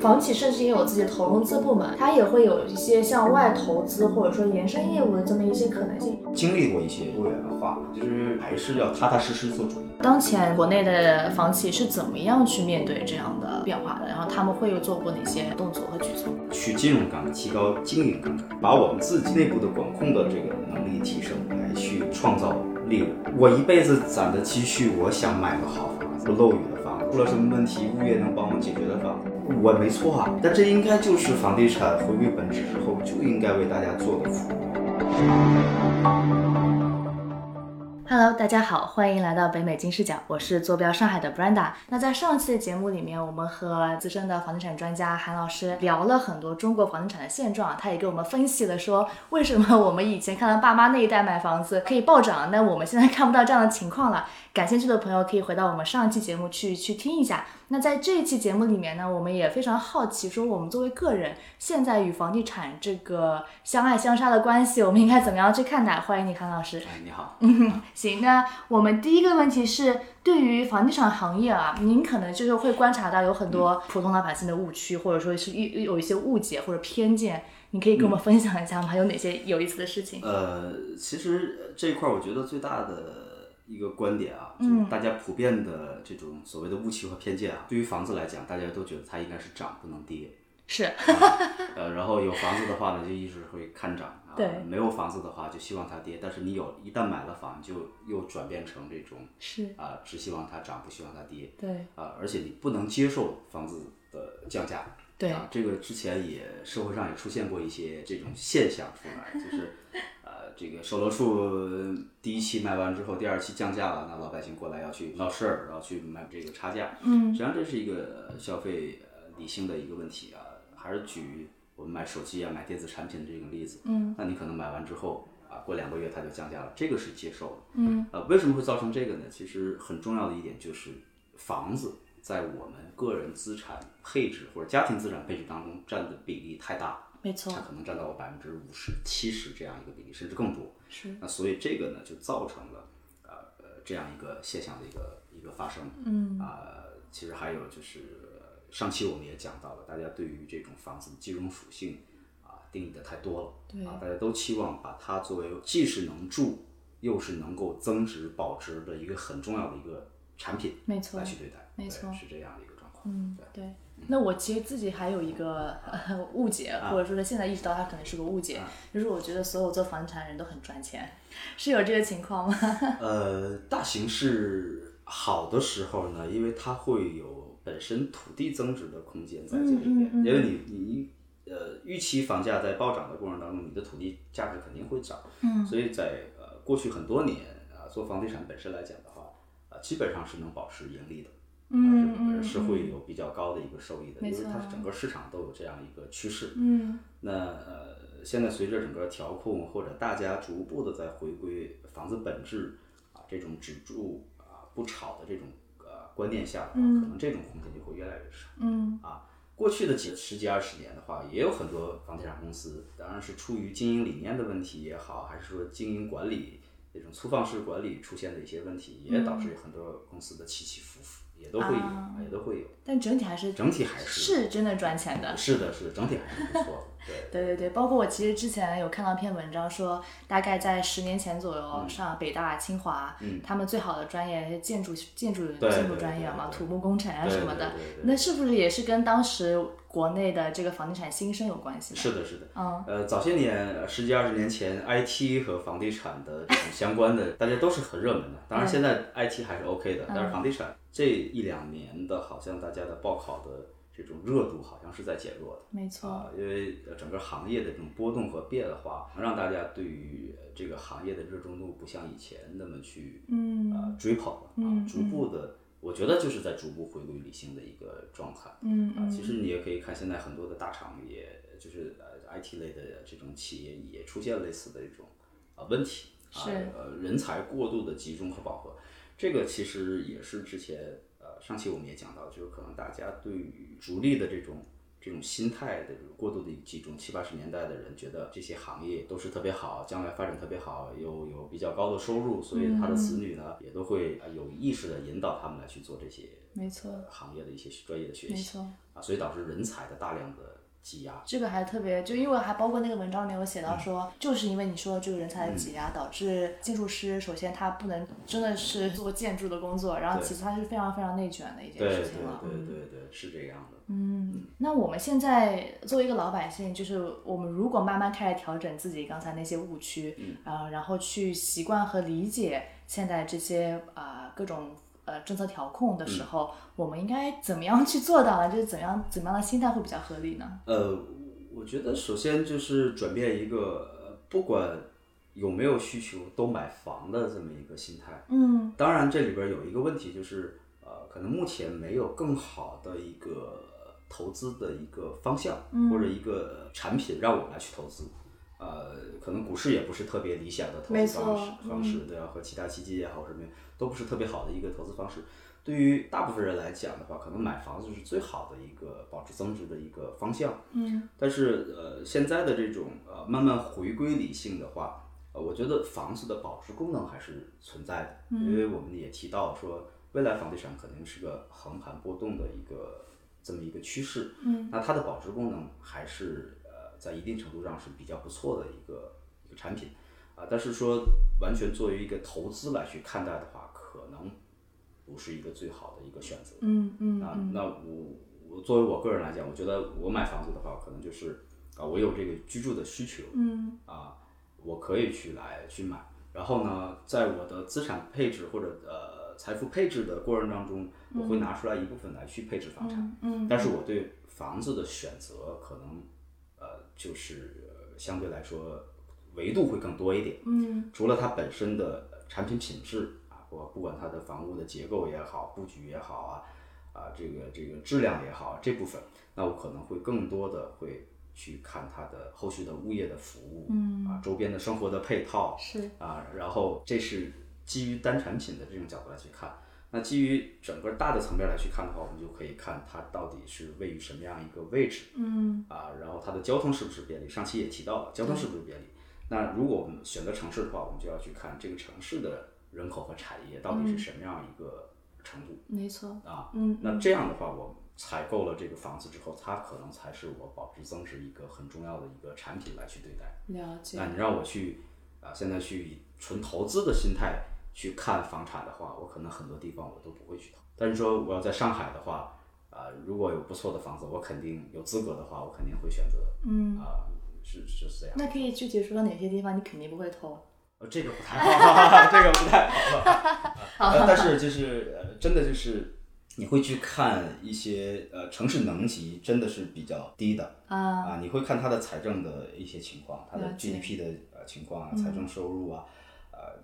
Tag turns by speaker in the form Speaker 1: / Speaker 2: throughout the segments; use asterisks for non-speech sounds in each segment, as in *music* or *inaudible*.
Speaker 1: 房企甚至也有自己的投融资部门，它也会有一些向外投资或者说延伸业务的这么一些可能性。
Speaker 2: 经历过一些多元化，就是还是要踏踏实实做主业。
Speaker 3: 当前国内的房企是怎么样去面对这样的变化的？然后他们会有做过哪些动作和举措？
Speaker 2: 去金融杠杆，提高经营杠杆，把我们自己内部的管控的这个能力提升，来去创造利润。我一辈子攒的积蓄，我想买个好房子，不漏雨的房子，出了什 *laughs* 么问题物业能帮我解决的房子，我没错啊。但这应该就是房地产回归本质之后就应该为大家做的服务。
Speaker 3: Hello，大家好，欢迎来到北美金视角，我是坐标上海的 Brenda。那在上期的节目里面，我们和资深的房地产专家韩老师聊了很多中国房地产的现状，他也给我们分析了说，为什么我们以前看到爸妈那一代买房子可以暴涨，但我们现在看不到这样的情况了。感兴趣的朋友可以回到我们上一期节目去去听一下。那在这一期节目里面呢，我们也非常好奇，说我们作为个人，现在与房地产这个相爱相杀的关系，我们应该怎么样去看待？欢迎你，韩老师。
Speaker 2: 哎，你好，
Speaker 3: 行，那我们第一个问题是，对于房地产行业啊，您可能就是会观察到有很多普通老百姓的误区，或者说是一有一些误解或者偏见，你可以跟我们分享一下吗？有哪些有意思的事情？
Speaker 2: 嗯呃，其实呃这一块儿我觉得最大的一个观点啊，就是
Speaker 3: 嗯
Speaker 2: 大家普遍的这种所谓的误区和偏见啊，对于房子来讲，大家都觉得它应该是涨不能跌。啊
Speaker 3: 是，
Speaker 2: 呃，然后有房子的话呢，就一直会看涨啊；
Speaker 3: 对
Speaker 2: 没有房子的话，就希望它跌。但是你有，一旦买了房，就又转变成这种
Speaker 3: 是，
Speaker 2: 啊、只希望它涨，不希望它跌
Speaker 3: 对，
Speaker 2: 啊、而且你不能接受房子的降价。
Speaker 3: 对
Speaker 2: 啊，这个之前也社会上也出现过一些这种现象出来，就是呃，这个售楼处第一期卖完之后，第二期降价了，那老百姓过来要去闹事儿，然后去买这个差价。
Speaker 3: 嗯，
Speaker 2: 实际上这是一个呃消费呃理性的一个问题啊，还是举我们买手机啊、买电子产品的这种例子。
Speaker 3: 嗯，
Speaker 2: 那你可能买完之后啊，过两个月它就降价了，这个是接受的。
Speaker 3: 嗯，
Speaker 2: 呃，为什么会造成这个呢？其实很重要的一点就是房子在我们个人资产配置或者家庭资产配置当中占的比例太大，
Speaker 3: 没错
Speaker 2: 它，可能占到百分之五十、七十这样一个比例，甚至更多。
Speaker 3: 是，
Speaker 2: 那所以这个呢，就造成了呃呃这样一个现象的一个一个发生。
Speaker 3: 嗯，
Speaker 2: 啊、其实还有就是呃上期我们也讲到了，大家对于这种房子的金融属性啊、定义的太多了，
Speaker 3: 对
Speaker 2: 啊，大家都期望把它作为既是能住又是能够增值保值的一个很重要的一个产品
Speaker 3: 没错
Speaker 2: 来，去对待，
Speaker 3: 没
Speaker 2: 对
Speaker 3: 错
Speaker 2: 是这样的一个状况，
Speaker 3: 嗯
Speaker 2: 对。，
Speaker 3: 对。那我其实自己还有一个、 *laughs* 呃误解，
Speaker 2: 啊
Speaker 3: 或者说是现在意识到它可能是个误解，就是我觉得所有做房地产的人都很赚钱，是有这个情况
Speaker 2: *laughs*
Speaker 3: 吗？
Speaker 2: 呃，大形势好的时候呢，因为它会有本身土地增值的空间在这里面，
Speaker 3: 嗯嗯嗯
Speaker 2: 因为你你呃预期房价在暴涨的过程当中，你的土地价值肯定会涨，
Speaker 3: 嗯
Speaker 2: 所以在呃过去很多年啊、做房地产本身来讲的话，呃基本上是能保持盈利的，啊
Speaker 3: 嗯
Speaker 2: 是会有比较高的一个收益的，
Speaker 3: 没
Speaker 2: 因为它
Speaker 3: 错
Speaker 2: 整个市场都有这样一个趋势，
Speaker 3: 嗯，
Speaker 2: 那呃，现在随着整个调控或者大家逐步的在回归房子本质啊，这种只住啊不炒的这种呃观念下的话，
Speaker 3: 嗯
Speaker 2: 可能这种空间就会越来越少。
Speaker 3: 嗯，
Speaker 2: 啊过去的几十几二十年的话，也有很多房地产公司，当然是出于经营理念的问题也好，还是说经营管理这种粗放式管理出现的一些问题，也导致很多公司的起起伏伏，也都会有，
Speaker 3: 嗯啊
Speaker 2: 也都会有。
Speaker 3: 但整体还是
Speaker 2: 整体还是
Speaker 3: 是真的赚钱的。
Speaker 2: 是的，是的，整体还是不错的。对。
Speaker 3: *laughs* 对对对，包括我其实之前有看到一篇文章说，大概在十年前左右，上北大、清华，
Speaker 2: 嗯
Speaker 3: 他们最好的专业是建筑、建筑、
Speaker 2: 对
Speaker 3: 建筑
Speaker 2: 对
Speaker 3: 专业
Speaker 2: 对
Speaker 3: 嘛，
Speaker 2: 对
Speaker 3: 土木工程啊
Speaker 2: 对
Speaker 3: 什
Speaker 2: 对
Speaker 3: 么的
Speaker 2: 对对。
Speaker 3: 那是不是也是跟当时国内的这个房地产新生有关系呢？
Speaker 2: 是的，是的，
Speaker 3: 嗯
Speaker 2: 呃，早些年呃十几二十年前，IT 和房地产的这种相关的，大家都是很热门的。
Speaker 3: 嗯
Speaker 2: 当然，现在 IT 还是 OK 的，但是房地产这一两年的，好像大家的报考的这种热度好像是在减弱的。
Speaker 3: 没错，
Speaker 2: 啊，因为呃整个行业的这种波动和变化，让大家对于呃这个行业的热衷度不像以前那么去
Speaker 3: 嗯
Speaker 2: 呃追捧了啊
Speaker 3: 嗯，
Speaker 2: 逐步的，我觉得就是在逐步回归理性的一个状态。
Speaker 3: 嗯
Speaker 2: 啊，其
Speaker 3: 嗯，
Speaker 2: 实你也可以看现在很多的大厂也，就是呃 IT 类的这种企业也出现类似的一种啊问题啊，
Speaker 3: 是
Speaker 2: 呃人才过度的集中和饱和，这个其实也是之前呃上期我们也讲到，就是可能大家对于逐利的这种。这种心态的过度的集中。七八十年代的人觉得这些行业都是特别好，将来发展特别好，有有比较高的收入，所以他的
Speaker 3: 嗯
Speaker 2: 子女呢、也都会呃有意识的引导他们来去做这些
Speaker 4: 没错
Speaker 2: 呃行业的一些专业的学
Speaker 4: 没
Speaker 2: 习
Speaker 4: 错。
Speaker 2: 啊，所以导致人才的大量的积压。
Speaker 3: 这个还特别，就因为还包括那个文章里有写
Speaker 2: 嗯
Speaker 3: 到说，就是因为你说这个人才的挤压，导致建筑师首先他不能真的是做建筑的工作，然后
Speaker 2: 对
Speaker 3: 其次他是非常非常内卷的一件
Speaker 2: 对对
Speaker 3: 事情了。
Speaker 2: 对
Speaker 4: 嗯
Speaker 2: 对对，是这样的。
Speaker 3: 那我们现在作为一个老百姓，就是我们如果慢慢开始调整自己刚才那些误区，呃，然后去习惯和理解现在这些啊、各种呃政策调控的时候，我们应该怎么样去做到呢？就是怎么样怎么样的心态会比较合理呢？
Speaker 2: 呃，我觉得首先就是转变一个，呃不管有没有需求都买房的这么一个心态。
Speaker 3: 嗯
Speaker 2: 当然，这里边有一个问题就是，呃，可能目前没有更好的一个投资的一个方向、或者一个产品让我来去投资。呃，可能股市也不是特别理想的投
Speaker 3: 没
Speaker 2: 资
Speaker 3: 错
Speaker 2: 方式，方式对啊，和其他基金也好什么也都不是特别好的一个投资方式。对于大部分人来讲的话，可能买房子是最好的一个保值增值的一个方向。
Speaker 3: 嗯
Speaker 2: 但是呃，现在的这种呃慢慢回归理性的话，呃，我觉得房子的保值功能还是存在的，因为我们也提到说，未来房地产肯定是个横盘波动的一个这么一个趋势，
Speaker 3: 嗯，
Speaker 2: 那它的保值功能还是呃在一定程度上是比较不错的一个一个产品啊、但是说完全作为一个投资来去看待的话，可能不是一个最好的一个选择，
Speaker 3: 嗯嗯
Speaker 2: 啊，那我我作为我个人来讲，我觉得我买房子的话，可能就是啊，我有这个居住的需求，
Speaker 3: 嗯
Speaker 2: 啊，我可以去来去买。然后呢，在我的资产配置或者呃财富配置的过程当中，我会拿出来一部分来去配置房产，
Speaker 3: 嗯
Speaker 2: 但是我对房子的选择可能呃就是呃相对来说维度会更多一点。
Speaker 3: 嗯
Speaker 2: 除了它本身的呃产品品质啊，不不管它的房屋的结构也好，布局也好啊，啊这个这个质量也好这部分，那我可能会更多的会去看它的后续的物业的服务，
Speaker 3: 嗯
Speaker 2: 啊周边的生活的配套
Speaker 3: 是
Speaker 2: 啊，然后这是基于单产品的这种角度来去看。那基于整个大的层面来去看的话，我们就可以看它到底是位于什么样一个位置，
Speaker 3: 嗯
Speaker 2: 啊，然后它的交通是不是便利？上期也提到了，交通是不是便利？那如果我们选择城市的话，我们就要去看这个城市的人口和产业到底是什么样一个程度、
Speaker 3: 没错
Speaker 2: 啊。
Speaker 3: 嗯
Speaker 2: 那这样的话，我采购了这个房子之后，它可能才是我保值增值一个很重要的一个产品来去对待。
Speaker 3: 了解
Speaker 2: 那你让我去啊，现在去以纯投资的心态去看房产的话，我可能很多地方我都不会去投。但是说我要在上海的话，啊、如果有不错的房子，我肯定有资格的话，我肯定会选择。
Speaker 3: 嗯
Speaker 2: 啊、是是是这样。
Speaker 3: 那可以具体说哪些地方你肯定不会投？
Speaker 2: 呃，这个不太好， *laughs* 这个不太好。呃，但是就是呃，真的就是你会去看一些呃城市能级真的是比较低的
Speaker 3: 啊
Speaker 2: 你会看它的财政的一些情况，它的
Speaker 3: 了解嗯
Speaker 2: GDP 的呃情况啊，财政收入啊。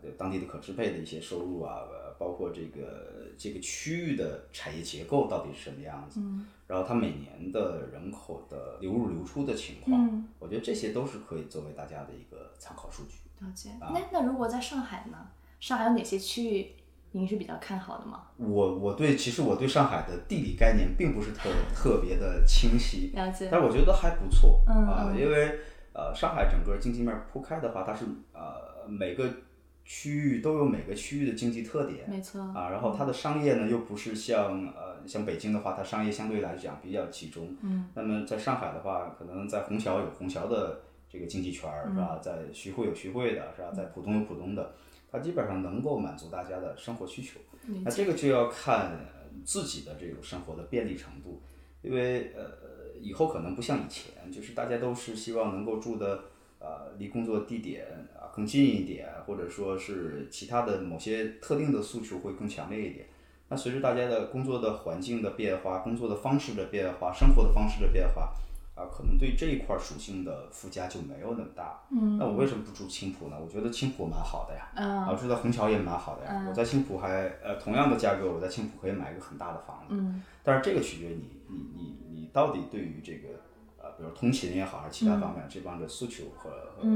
Speaker 2: 呃，当地的可支配的一些收入啊，呃，包括这个这个区域的产业结构到底是什么样子，
Speaker 3: 嗯
Speaker 2: 然后它每年的人口的流入流出的情况，
Speaker 3: 嗯
Speaker 2: 我觉得这些都是可以作为大家的一个参考数据。
Speaker 3: 了解。
Speaker 2: 啊
Speaker 3: 那那如果在上海呢？上海有哪些区域您是比较看好的吗？
Speaker 2: 我我对其实我对上海的地理概念并不是特特别的清晰，
Speaker 3: 了解
Speaker 2: 但是我觉得还不错
Speaker 3: 嗯
Speaker 2: 啊、
Speaker 3: 嗯
Speaker 2: 因为呃上海整个经济面铺开的话，它是呃每个区域都有每个区域的经济特点，
Speaker 3: 没错
Speaker 2: 啊，然后它的商业呢又不是像呃像北京的话，它商业相对来讲比较集中。
Speaker 3: 嗯。
Speaker 2: 那么在上海的话，可能在虹桥有虹桥的这个经济圈儿是吧？
Speaker 3: 嗯
Speaker 2: 在徐汇有徐汇的是吧？在浦东有浦东的，它基本上能够满足大家的生活需求。那这个就要看呃自己的这种生活的便利程度，因为呃以后可能不像以前，就是大家都是希望能够住的。呃，离工作地点啊更近一点，或者说是其他的某些特定的诉求会更强烈一点。那随着大家的工作的环境的变化、工作的方式的变化、生活的方式的变化，啊，可能对这一块属性的附加就没有那么大。嗯，那我为什么不住青浦呢？我觉得青浦蛮好的呀，啊，嗯我住在虹桥也蛮好的呀。我在青浦还呃同样的价格，我在青浦可以买一个很大的房子。嗯，但是这个取决于你你你你到底对于这个呃，比如通勤也好，还是其他方面、这帮的诉求和和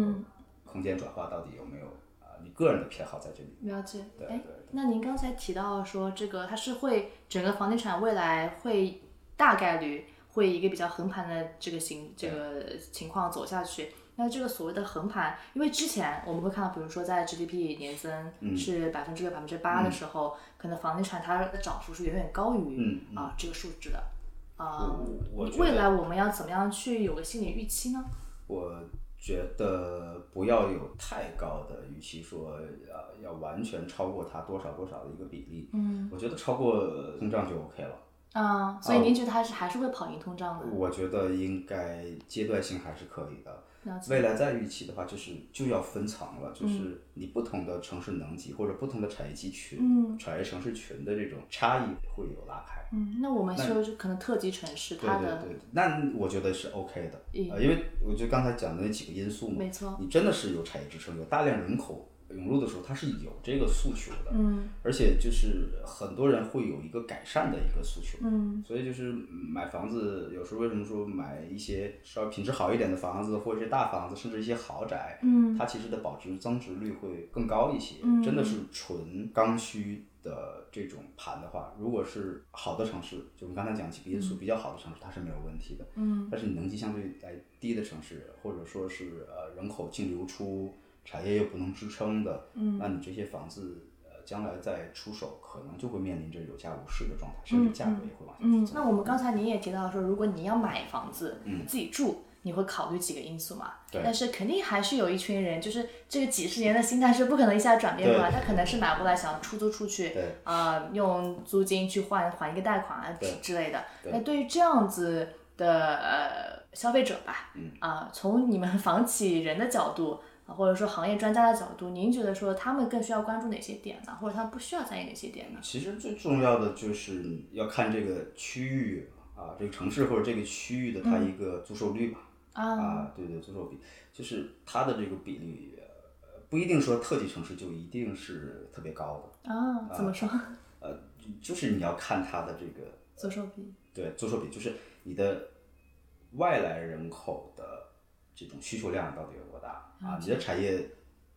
Speaker 2: 空间转化到底有没有啊、你个人的偏好在这里。
Speaker 3: 了解。
Speaker 2: 对
Speaker 3: 哎
Speaker 2: 对，
Speaker 3: 那您刚才提到说这个，它是会整个房地产未来会大概率会一个比较横盘的这个形这个情况走下去。那这个所谓的横盘，因为之前我们会看到，比如说在 GDP 年增
Speaker 2: 嗯
Speaker 3: 是百分之六、百分之八的时候，可能房地产它的涨幅是远远高于、
Speaker 2: 嗯嗯
Speaker 3: 啊这个数值的。啊、
Speaker 2: 我我觉得
Speaker 3: 未来我们要怎么样去有个心理预期呢？
Speaker 2: 我觉得不要有太高的预期，说呃要完全超过它多少多少的一个比例。嗯，我觉得超过通胀就 OK 了。
Speaker 3: 啊、所以您觉得它是还是会跑赢通胀的？
Speaker 2: 我觉得应该阶段性还是可以的。
Speaker 3: 了解
Speaker 2: 未来再预期的话，就是就要分层了，就是你不同的城市能级或者不同的产业集群、
Speaker 3: 嗯
Speaker 2: 产业城市群的这种差异会有拉开。
Speaker 3: 嗯，那我们就是可能特级城市
Speaker 2: 对
Speaker 3: 它
Speaker 2: 对
Speaker 3: 的嗯
Speaker 2: 对，那我觉得是 OK 的，呃，因为我觉得刚才讲的那几个因素嘛，
Speaker 3: 没错，
Speaker 2: 你真的是有产业支撑，有大量人口涌入的时候，它是有这个诉求的，
Speaker 3: 嗯
Speaker 2: 而且就是很多人会有一个改善的一个诉求，
Speaker 3: 嗯
Speaker 2: 所以就是买房子，有时候为什么说买一些稍微品质好一点的房子，或者是大房子，甚至一些豪宅，
Speaker 3: 嗯
Speaker 2: 它其实的保值增值率会更高一些。
Speaker 3: 嗯
Speaker 2: 真的是纯刚需的这种盘的话，如果是好的城市，就我们刚才讲几个因素比较好的城市，它是没有问题的。
Speaker 3: 嗯
Speaker 2: 但是你能级相对来低的城市，或者说是呃人口净流出、产业又不能支撑的，
Speaker 3: 嗯
Speaker 2: 那你这些房子呃将来再出手，可能就会面临着有价无市的状态，甚至价格也会往下去
Speaker 3: 嗯
Speaker 2: 走。。
Speaker 3: 那我们刚才您也提到说，如果你要买房子，
Speaker 2: 嗯
Speaker 3: 自己住。你会考虑几个因素嘛？
Speaker 2: 对
Speaker 3: 但是肯定还是有一群人，就是这个几十年的心态是不可能一下转变过来，
Speaker 2: 对
Speaker 3: 他可能是买过来想出租出去，
Speaker 2: 对
Speaker 3: 呃，用租金去换还一个贷款啊
Speaker 2: 对
Speaker 3: 之类的。
Speaker 2: 对
Speaker 3: 那对于这样子的呃消费者吧，
Speaker 2: 嗯
Speaker 3: 啊、从你们 *laughs* 房企人的角度。啊或者说行业专家的角度，您觉得说他们更需要关注哪些点呢？或者他们不需要在意哪些点呢？
Speaker 2: 其实最重要的就是要看这个区域啊，这个城市或者这个区域的它一个租售率吧。
Speaker 3: 啊，
Speaker 2: 啊，对对，租售比就是它的这个比例，呃，不一定说特级城市就一定是特别高的。
Speaker 3: 啊，怎么说？
Speaker 2: 呃，就是你要看它的这个
Speaker 3: 做售比，
Speaker 2: 对租售比，就是你的外来人口的这种需求量到底有多大啊？你的产业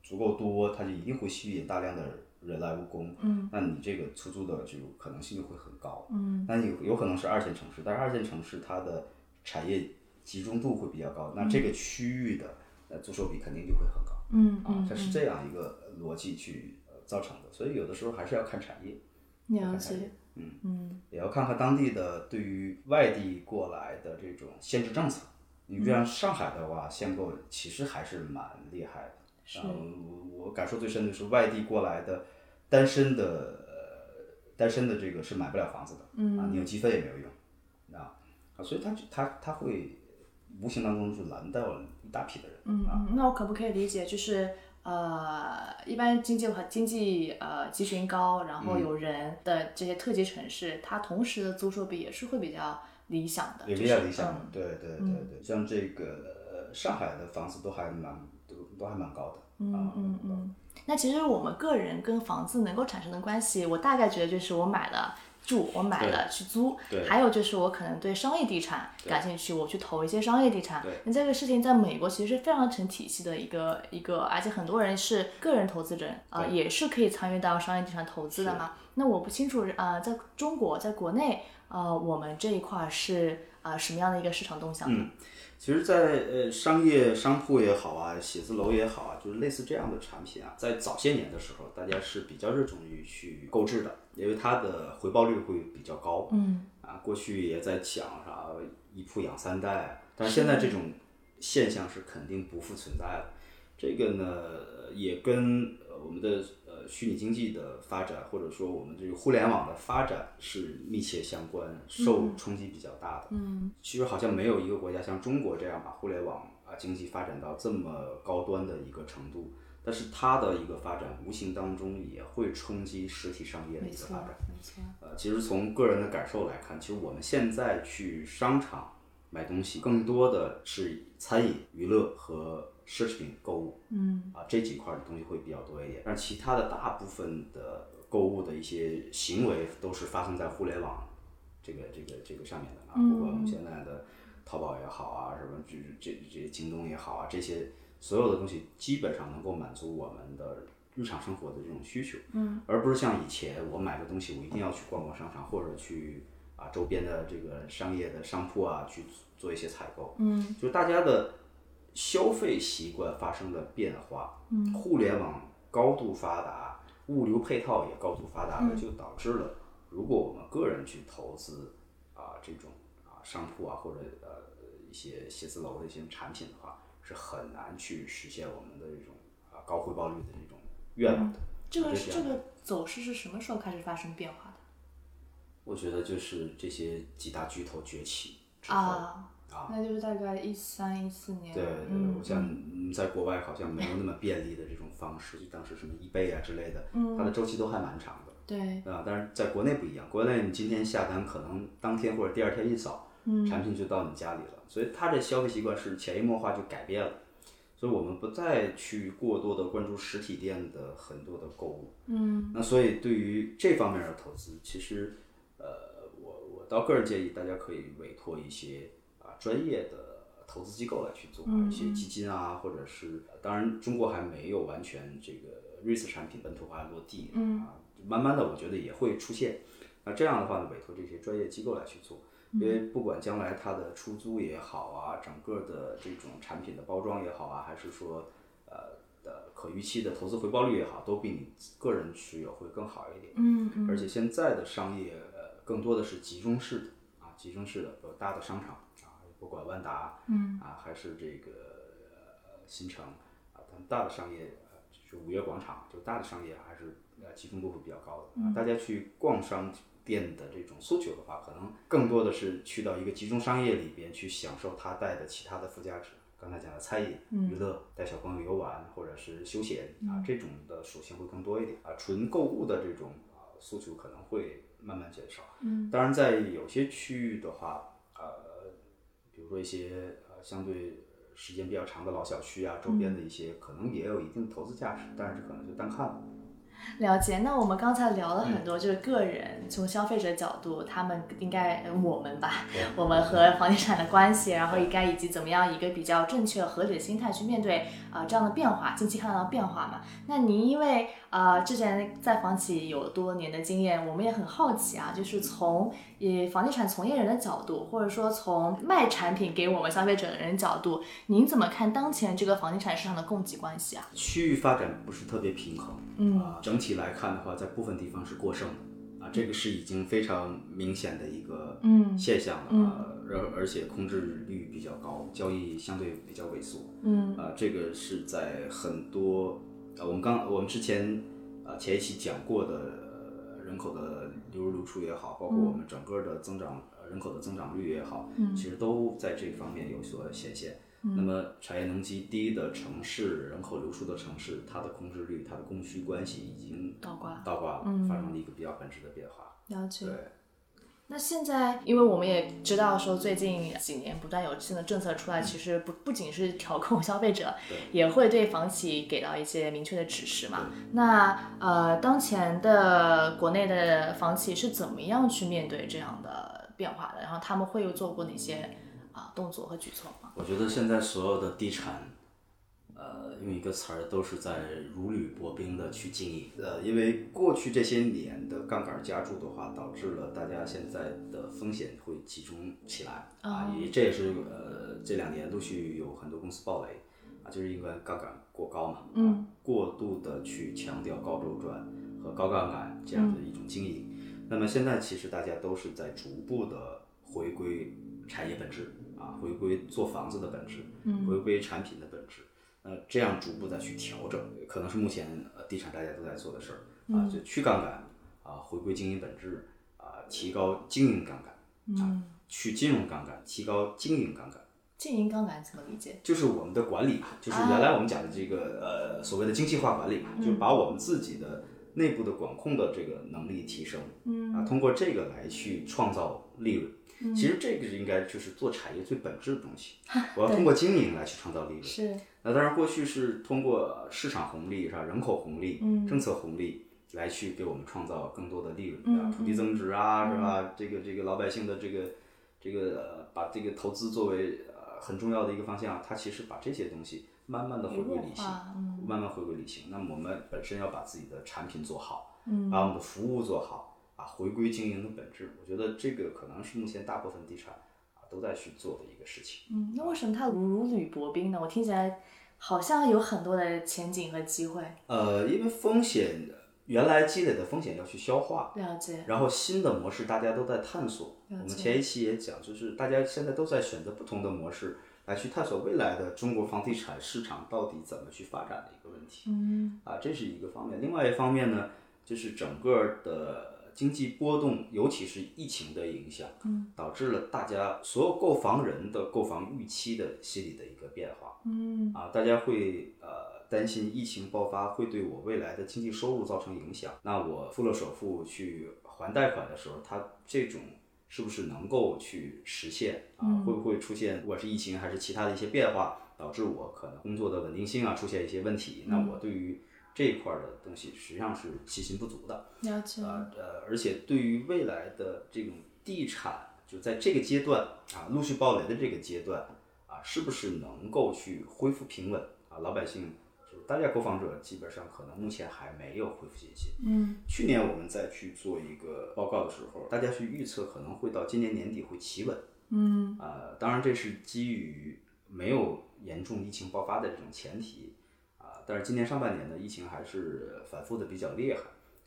Speaker 2: 足够多，它就一定会吸引大量的人来务工。
Speaker 3: 嗯，
Speaker 2: 那你这个出租的这种可能性就会很高。
Speaker 3: 嗯，
Speaker 2: 那有有可能是二线城市，但是二线城市它的产业集中度会比较高，那这个区域的呃租售比肯定就会很高。
Speaker 3: 嗯
Speaker 2: 啊，
Speaker 3: 嗯
Speaker 2: 它是这样一个逻辑去呃造成的，所以有的时候还是要看产业。
Speaker 3: 了解，
Speaker 2: 嗯
Speaker 3: 嗯
Speaker 2: 也要看看当地的对于外地过来的这种限制政策。你
Speaker 3: 嗯
Speaker 2: 像上海的话，限购其实还是蛮厉害的。
Speaker 3: 是
Speaker 2: 然后我我感受最深的就是外地过来的单身的呃单身的这个是买不了房子的，
Speaker 3: 嗯
Speaker 2: 啊，你有积分也没有用，啊啊，所以他他他会无形当中就拦到一大批的人，
Speaker 3: 嗯，嗯那我可不可以理解就是？呃，一般经济和经济呃集群高，然
Speaker 2: 嗯
Speaker 3: 后有人的这些特级城市，它同时的租售比也是会比较理想的，
Speaker 2: 也
Speaker 3: 就
Speaker 2: 比较
Speaker 3: 是
Speaker 2: 理想的
Speaker 3: 嗯，
Speaker 2: 对对对对，像这个呃上海的房子都还蛮都都还蛮高的，啊，
Speaker 3: 嗯嗯，那其实我们个人跟房子能够产生的关系，我大概觉得就是我买了。住我买了去租，
Speaker 2: 对
Speaker 3: 还有就是我可能对商业地产感兴趣，我去投一些商业地产。那这个事情在美国其实是非常成体系的一个一个，而且很多人是个人投资人啊、呃
Speaker 2: 对
Speaker 3: 也是可以参与到商业地产投资的嘛。那我不清楚啊、呃在中国在国内呃，我们这一块儿是啊、呃什么样的一个市场动向呢？
Speaker 2: 其实在，呃商业商铺也好啊，写字楼也好啊，就是类似这样的产品啊，在早些年的时候，大家是比较热衷于去购置的，因为它的回报率会比较高。
Speaker 3: 嗯
Speaker 2: 啊，过去也在讲啥一铺养三代，但是现在这种现象是肯定不复存在了。这个呢，也跟呃我们的呃虚拟经济的发展，或者说我们这个互联网的发展是密切相关，受冲击比较大的。
Speaker 3: 嗯
Speaker 2: 其实好像没有一个国家像中国这样把互联网啊经济发展到这么高端的一个程度，但是它的一个发展无形当中也会冲击实体商业的
Speaker 3: 没
Speaker 2: 一个
Speaker 3: 错
Speaker 2: 嗯发展。
Speaker 3: 没错，
Speaker 2: 呃，其实从个人的感受来看，其实我们现在去商场买东西，更多的是餐饮、娱乐和奢侈品购物
Speaker 3: 嗯
Speaker 2: 啊这几块的东西会比较多一点，但其他的大部分的购物的一些行为都是发生在互联网这个这个这个上面的啊，
Speaker 3: 嗯
Speaker 2: 包括我们现在的淘宝也好啊，什么这这这些京东也好啊，这些所有的东西基本上能够满足我们的日常生
Speaker 3: 嗯
Speaker 2: 活的这种需求。而不是像以前我买个东西，我一定要去逛逛商场或者去啊周边的这个商业的商铺啊去做一些采购。
Speaker 3: 嗯
Speaker 2: 就大家的消费习惯发生了变化，嗯，互联网高度发达，物流配套也高度发达
Speaker 3: 嗯
Speaker 2: 了，就导致了如果我们个人去投资啊、这种啊商铺啊或者呃一些写字楼的一些产品的话，是很难去实现我们的这种啊高回报率的这种愿望嗯的。
Speaker 3: 嗯这个
Speaker 2: 就这
Speaker 3: 这
Speaker 2: 样
Speaker 3: 个走势是什么时候开始发生变化
Speaker 2: 我觉得就是这些几大巨头崛起之
Speaker 3: 的？
Speaker 2: 后。
Speaker 3: 啊，
Speaker 2: 啊
Speaker 3: 那就是大概一三一四年。
Speaker 2: 对，
Speaker 3: 嗯，
Speaker 2: 我像嗯在国外好像没有那么便利的这种方式，就当时什么 eBay 啊之类的，
Speaker 3: 嗯
Speaker 2: 它的周期都还蛮长的
Speaker 3: 对，
Speaker 2: 啊。但是在国内不一样，国内你今天下单，可能当天或者第二天一扫，产品就到你家里了，所以它的消费习惯是潜移默化就改变了。所以我们不再去过多的关注实体店的很多的购物，嗯，那所以对于这方面的投资，其实，呃，我我倒个人建议大家可以委托一些啊专业的投资机构来去做，一些基金啊，或者是当然中国还没有完全这个 REITs 产品本土化落地，嗯啊，慢慢的我觉得也会出现。那这样的话呢，委托这些专业机构来去做，
Speaker 3: 嗯
Speaker 2: 因为不管将来它的出租也好啊，整个的这种产品的包装也好啊，还是说呃的可预期的投资回报率也好，都比你个人持有会更好一点。
Speaker 3: 嗯
Speaker 2: 而且现在的商业呃更多的是集中式的啊，集中式的，比如大的商场啊，不管万达，嗯啊，还是这个呃新城啊，他们大的商业呃就是五月广场，就大的商业还是呃集中度会比较高的、啊。大家去逛商店的这种诉求的话，可能更多的是去到一个集中商业里边去享受它带的其他的附加值。刚才讲的餐饮、娱乐、带小朋友游玩或者是休闲啊，这种的属性会更多一点啊。纯购物的这种啊诉求可能会慢慢减少。嗯，当然在有些区域的话，呃，比如说一些呃相对时间比较长的老小区啊，周边的一些
Speaker 3: 嗯
Speaker 2: 可能也有一定的投资价值，但是这可能就单看了。
Speaker 3: 了解，那我们刚才聊了
Speaker 2: 嗯
Speaker 3: 很多，就是个人、从消费者角度，他们应该呃我们吧，我们和房地产的关系，然后应该以及怎么样一个比较正确合理的心态去面对啊、呃这样的变化，近期看到的变化嘛。那您因为呃之前在房企有多年的经验，我们也很好奇啊，就是从呃房地产从业人的角度，或者说从卖产品给我们消费者的人角度，您怎么看当前这个房地产市场的供给关系啊？
Speaker 2: 区域发展不是特别平衡，
Speaker 3: 嗯
Speaker 2: 啊，整体来看的话，在部分地方是过剩的，啊，这个是已经非常明显的一个
Speaker 3: 嗯
Speaker 2: 现象了，
Speaker 3: 嗯
Speaker 2: 啊，而而且空置率比较高，交易相对比较萎缩，
Speaker 3: 嗯
Speaker 2: 啊，这个是在很多啊，我们刚我们之前啊前一期讲过的呃人口的流入流出也好，包
Speaker 3: 嗯
Speaker 2: 括我们整个的增长、呃人口的增长率也好，其实都在这方面有所显现。
Speaker 3: 嗯
Speaker 2: 那么产业能级低的城市，人口流出的城市，它的空置率、它的供需关系已经
Speaker 3: 倒挂
Speaker 2: 倒挂了，
Speaker 3: 嗯
Speaker 2: 发生了一个比较本质的变化。
Speaker 3: 了解。
Speaker 2: 对，
Speaker 3: 那现在，因为我们也知道说，最近几年不断有新的政策出来，其实不不仅是调控消费者，也会对房企给到一些明确的指示嘛。那呃，当前的国内的房企是怎么样去面对这样的变化的？然后他们会有做过哪些啊、动作和举措吗？
Speaker 2: 我觉得现在所有的地产，呃，用一个词儿都是在如履薄冰的去经营。呃，因为过去这些年的杠杆加注的话，导致了大家现在的风险会集中起来啊，也这也是呃这两年陆续有很多公司暴雷啊，就是因为杠杆过高嘛，嗯，过度的去强调高周转和高杠杆这样的一种经营。那么现在其实大家都是在逐步的回归产业本质啊，回归做房子的本质，回归产品的本质。呃，这样逐步再去调整，可能是目前呃地产大家都在做的事儿啊，就去杠杆啊，回归经营本质啊，提高经营杠杆，啊，去金融杠杆，提高经营杠杆。
Speaker 3: 经营杠杆怎么理解？
Speaker 2: 就是我们的管理嘛，就是原来我们讲的这个、呃所谓的精细化管理嘛，就把我们自己的内部的管控的这个能力提升，嗯啊，通过这个来去创造利润。其实这个是应该就是做产业最本质的东西，我要通过经营来去创造利润。
Speaker 3: 是
Speaker 2: 那当然，过去是通过市场红利、是吧？人口红利、
Speaker 3: 嗯
Speaker 2: 政策红利来去给我们创造更多的利润，
Speaker 3: 嗯
Speaker 2: 对吧？土地增值啊，是吧？这个这个老百姓的这个这个、呃把这个投资作为呃很重要的一个方向，它其实把这些东西慢慢的回归理性，
Speaker 3: 化嗯嗯
Speaker 2: 慢慢回归理性。那么我们本身要把自己的产品做好，把我们的服务做好，把回归经营的本质。我觉得这个可能是目前大部分地产啊都在去做的一个事情。
Speaker 3: 嗯，那为什么它如履薄冰呢？我听起来好像有很多的前景和机会。
Speaker 2: 呃，因为风险原来积累的风险要去消化，
Speaker 3: 了解，
Speaker 2: 然后新的模式大家都在探索。我
Speaker 3: 了解
Speaker 2: 们前一期也讲，就是大家现在都在选择不同的模式来去探索未来的中国房地产市场到底怎么去发展的一个问题
Speaker 3: 嗯，
Speaker 2: 啊，这是一个方面。另外一方面呢，就是整个的经济波动，尤其是疫情的影响，
Speaker 3: 嗯
Speaker 2: 导致了大家所有购房人的购房预期的心理的一个变化。
Speaker 3: 嗯，
Speaker 2: 啊，大家会呃担心疫情爆发会对我未来的经济收入造成影响。那我付了首付去还贷款的时候，它这种是不是能够去实现啊？
Speaker 3: 嗯
Speaker 2: 会不会出现我是疫情还是其他的一些变化，导致我可能工作的稳定性啊出现一些问题？那
Speaker 3: 嗯
Speaker 2: 我对于这一块儿的东西实际上是信心不足的。
Speaker 3: 了解，
Speaker 2: 呃呃，而且对于未来的这种地产，就在这个阶段啊，陆续爆雷的这个阶段啊，是不是能够去恢复平稳啊？老百姓就是大家购房者，基本上可能目前还没有恢复信心。
Speaker 3: 嗯，
Speaker 2: 去年我们再去做一个报告的时候，大家去预测可能会到今年年底会企稳。
Speaker 3: 嗯，
Speaker 2: 呃，当然这是基于没有严重疫情爆发的这种前提啊、但是今年上半年呢，疫情还是反复的比较厉害，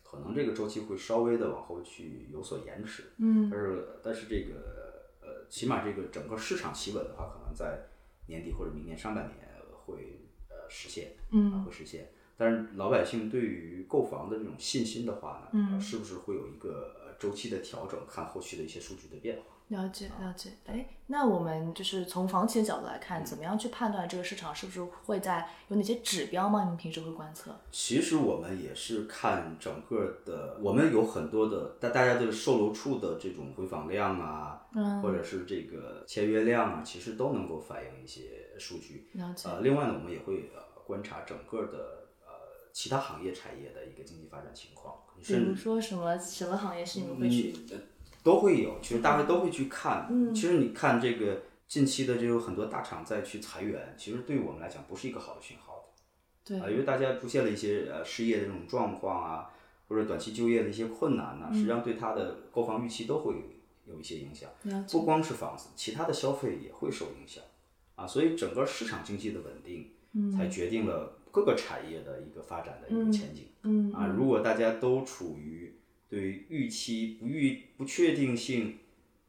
Speaker 2: 可能这个周期会稍微的往后去有所延迟。
Speaker 3: 嗯，
Speaker 2: 但是但是这个呃，起码这个整个市场企稳的话，可能在年底或者明年上半年会呃实现，
Speaker 3: 嗯
Speaker 2: 啊会实现。但是老百姓对于购房的这种信心的话呢，呃
Speaker 3: 嗯
Speaker 2: 是不是会有一个呃周期的调整？看后续的一些数据的变化。
Speaker 3: 了解了解，哎，那我们就是从房企的角度来看，怎么样去判断这个市场是不是会在有哪些指标吗？你们平时会观测？
Speaker 2: 其实我们也是看整个的，我们有很多的，大大家对售楼处的这种回访量啊，
Speaker 3: 嗯
Speaker 2: 或者是这个签约量啊，其实都能够反映一些数据。
Speaker 3: 了解，
Speaker 2: 呃，另外呢，我们也会呃观察整个的呃其他行业产业的一个经济发展情况，
Speaker 3: 比如
Speaker 2: 甚至
Speaker 3: 说什么什么行业是你们会去
Speaker 2: 你呃都会有，其实大家都会去看。
Speaker 3: 嗯
Speaker 2: 其实你看这个近期的，就有很多大厂在去裁员，其实对于我们来讲不是一个好的讯号的。
Speaker 3: 对
Speaker 2: 啊，因为大家出现了一些呃失业的这种状况啊，或者短期就业的一些困难啊
Speaker 3: 嗯
Speaker 2: 呐、实际上对他的购房预期都会有一些影响。
Speaker 3: 了解
Speaker 2: 不光是房子，其他的消费也会受影响啊，所以整个市场经济的稳定，
Speaker 3: 嗯
Speaker 2: 才决定了各个产业的一个发展的一个前景。
Speaker 3: 嗯
Speaker 2: 啊，如果大家都处于对于预期不预不确定性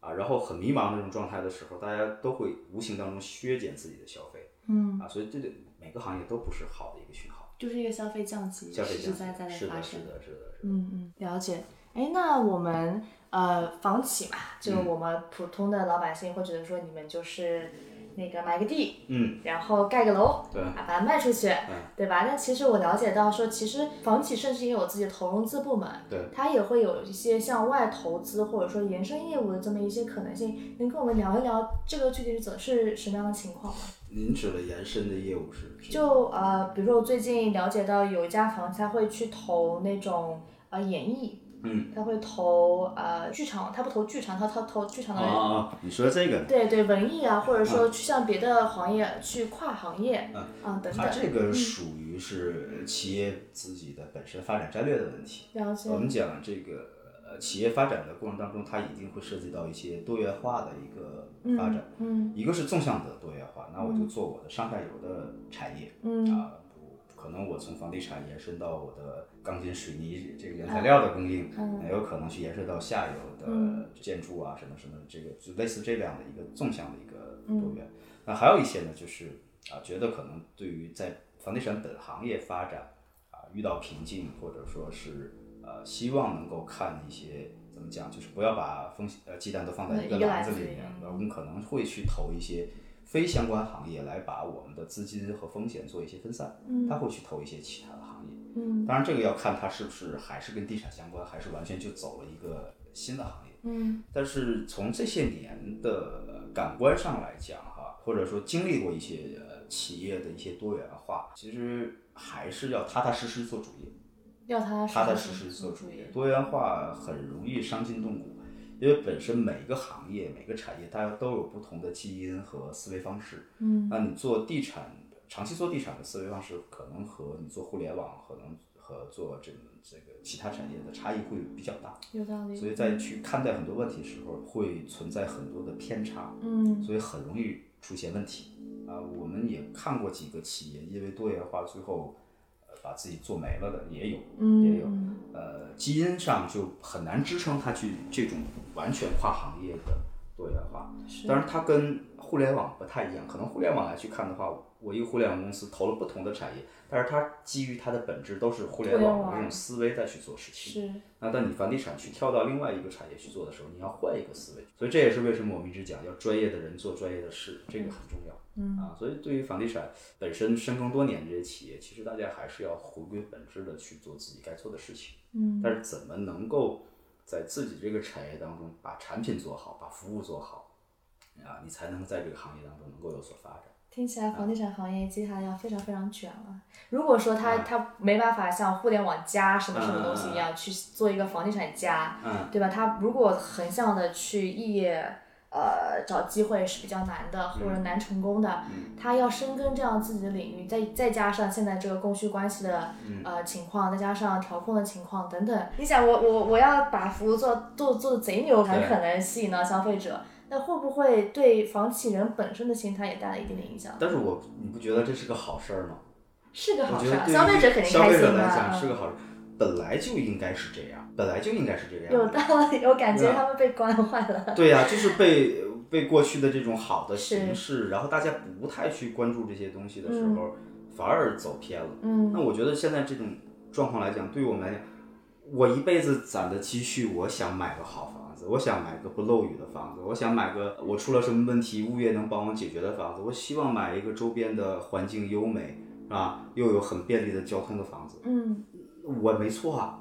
Speaker 2: 啊，然后很迷茫的这种状态的时候，大家都会无形当中削减自己的消费。
Speaker 3: 嗯，
Speaker 2: 啊，所以这对每个行业都不是好的一个讯号。
Speaker 3: 就是一个消费降级
Speaker 2: 消费
Speaker 3: 实实
Speaker 2: 降
Speaker 3: 在在
Speaker 2: 级，是
Speaker 3: 发
Speaker 2: 的，
Speaker 3: 生
Speaker 2: 是。的，是的，是的。
Speaker 3: 嗯嗯，了解。哎，那我们呃房企嘛，就
Speaker 2: 嗯
Speaker 3: 我们普通的老百姓会觉得说，你们就是那个买个地，
Speaker 2: 嗯，
Speaker 3: 然后盖个楼，
Speaker 2: 对嗯
Speaker 3: 啊，把它卖出去，对吧？但其实我了解到说，其实房企甚至也有自己的投融资部门，
Speaker 2: 对
Speaker 1: 它也会有一些向外投资或者说延伸业务的这么一些可能性，能跟我们聊一聊这个具体是怎是什么样的情况吗？
Speaker 2: 您指的延伸的业务是指
Speaker 1: 就呃，比如说我最近了解到有一家房，它会去投那种呃演艺，
Speaker 2: 嗯，
Speaker 1: 它会投呃剧场，它不投剧场，它它投剧场的人。
Speaker 2: 啊，你说这个，
Speaker 1: 对对，文艺啊，或者说去向别的行业、去跨行业
Speaker 2: 嗯
Speaker 1: 啊、等
Speaker 2: 它
Speaker 1: 等，
Speaker 2: 这
Speaker 3: 嗯
Speaker 2: 个属于是呃企业自己的本身发展战略的问题。
Speaker 1: 了解
Speaker 2: 我们讲这个呃企业发展的过程当中，它一定会涉及到一些多元化的一个发展。
Speaker 1: 嗯
Speaker 2: 一个是纵向的多元化，那我就做我的上下游的产业，
Speaker 1: 嗯
Speaker 2: 啊，我可能我从房地产延伸到我的钢筋水泥这个原材料的供应，也有可能去延伸到下游的建筑啊什么什么，这个就类似这样的一个纵向的一个多元。那还有一些呢，就是啊，觉得可能对于在房地产本行业发展啊遇到瓶颈，或者说是呃希望能够看一些。怎么讲？就是不要把风险呃鸡蛋都放在一个
Speaker 3: 一个
Speaker 2: 篮子
Speaker 3: 篮
Speaker 2: 里
Speaker 3: 子里
Speaker 2: 面，我们可能会去投一些非相关行业来把我们的资金和风险做一些分散，他会去投一些其他的行业。
Speaker 1: 嗯
Speaker 2: 当然，这个要看他是不是还是跟地产相关，还是完全就走了一个新的行业。
Speaker 1: 嗯
Speaker 2: 但是从这些年的感官上来讲，哈，或者说经历过一些呃企业的一些多元化，其实还是要踏踏实实做主业。
Speaker 3: 要它
Speaker 2: 踏踏实实做主业。多元化很容易伤筋动骨，因为本身每个行业、每个产业它都有不同的基因和思维方式。嗯，那你做地产，长期做地产的思维方式，可能和你做互联网，可能和做这个这个其他产业的差异会比较大，
Speaker 1: 有道理。
Speaker 2: 所以在去看待很多问题的时候，会存在很多的偏差，
Speaker 1: 嗯，
Speaker 2: 所以很容易出现问题。啊、我们也看过几个企业因为多元化最后，呃，把自己做没了的也有，
Speaker 1: 嗯
Speaker 2: 也有。
Speaker 3: 嗯
Speaker 2: 呃，基因上就很难支撑它去这种完全跨行业的多元化。
Speaker 1: 是
Speaker 2: 当然，它跟互联网不太一样。可能互联网来去看的话，我一个互联网公司投了不同的产业，但是它基于它的本质都是互联
Speaker 1: 互联
Speaker 2: 网的
Speaker 1: 网
Speaker 2: 这种思维再去做事情。
Speaker 1: 是
Speaker 2: 那当你房地产去跳到另外一个产业去做的时候，你要换一个思维。所以这也是为什么我们一直讲要专业的人做专业的事，这个很重要。嗯啊，所以对于房地产本身深耕多年这些企业，其实大家还是要回归本质的去做自己该做的事情。嗯，但是怎么能够在自己这个产业当中把产品做好，把服务做好啊，你才能在这个行业当中能够有所发展。
Speaker 3: 听起来房地产行业接下来要非常非常卷了。如果说
Speaker 2: 嗯
Speaker 3: 它它没办法像互联网加什么什么东西一样去做一个房地产加，
Speaker 2: 嗯
Speaker 3: 对吧？它如果横向的去异业呃找机会是比较难的，或者难成功的。
Speaker 2: 嗯
Speaker 3: 它要深耕这样自己的领域，再再加上现在这个供需关系的
Speaker 2: 嗯
Speaker 3: 呃情况，再加上调控的情况等等，你想我我我要把服务做做做的贼牛，才
Speaker 2: 对
Speaker 3: 可能吸引到消费者。那会不会对房企人本身的心态也带来一定的影响？
Speaker 2: 但是我你不觉得这是个好事儿吗？
Speaker 3: 是个
Speaker 2: 我
Speaker 3: 好
Speaker 2: 觉
Speaker 3: 事
Speaker 2: 得
Speaker 3: 儿，啊
Speaker 2: 对于
Speaker 3: 消费者肯定
Speaker 2: 消
Speaker 3: 开
Speaker 2: 费
Speaker 3: 心
Speaker 2: 者
Speaker 3: 的。
Speaker 2: 来讲是
Speaker 3: 嗯
Speaker 2: 个好事，本来就应该是这样，本来就应该是这个样。
Speaker 3: 有道理，我感觉
Speaker 2: 对啊
Speaker 3: 他们被惯坏了。
Speaker 2: 对呀、就是被被过去的这种好的
Speaker 3: 是
Speaker 2: 形式，然后大家不太去关注这些东西的时候，反而走偏了。
Speaker 3: 嗯，
Speaker 2: 那我觉得现在这种状况来讲，对于我们来讲，我一辈子攒的积蓄，我想买个好房子，我想买个不漏雨的房子，我想买个我出了什么问题，物业能帮我解决的房子，我希望买一个周边的环境优美啊，又有很便利的交通的房子。
Speaker 3: 嗯，
Speaker 2: 我没错啊。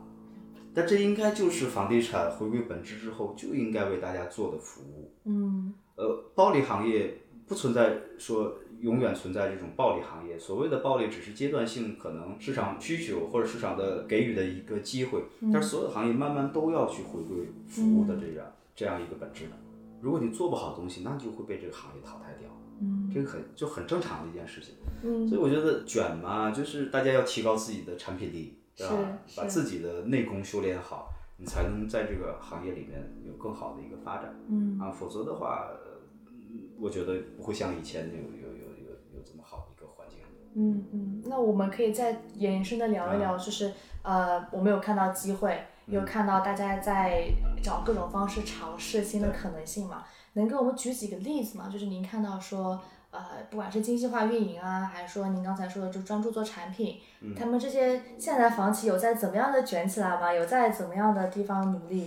Speaker 2: 但这应该就是房地产回归本质之后就应该为大家做的服务。
Speaker 3: 嗯，
Speaker 2: 呃，暴利行业不存在说永远存在这种暴利行业，所谓的暴利只是阶段性，可能市场需求或者市场的给予的一个机会，
Speaker 3: 嗯
Speaker 2: 但是所有的行业慢慢都要去回归服务的这
Speaker 3: 嗯
Speaker 2: 样、这样一个本质的。如果你做不好的东西，那就会被这个行业淘汰掉，嗯，这个很就很正常的一件事情，嗯，所以我觉得卷嘛，就是大家要提高自己的产品力，对吧？
Speaker 3: 是
Speaker 2: 把自己的内功修炼好，你才能在这个行业里面有更好的一个发展。
Speaker 3: 嗯
Speaker 2: 啊，否则的话，呃嗯我觉得不会像以前有有有有有这么好的一个环境。
Speaker 3: 嗯嗯，那我们可以再延伸的聊一
Speaker 2: 嗯
Speaker 3: 聊，就是、呃，我们有看到机会，有看到大家在找各种方式尝试新的可能性嘛？能给我们举几个例子吗？就是您看到说，呃，不管是精细化运营啊，还是说您刚才说的就专注做产品，
Speaker 2: 嗯
Speaker 3: 他们这些现在房企有在怎么样的卷起来吗？有在怎么样的地方努力？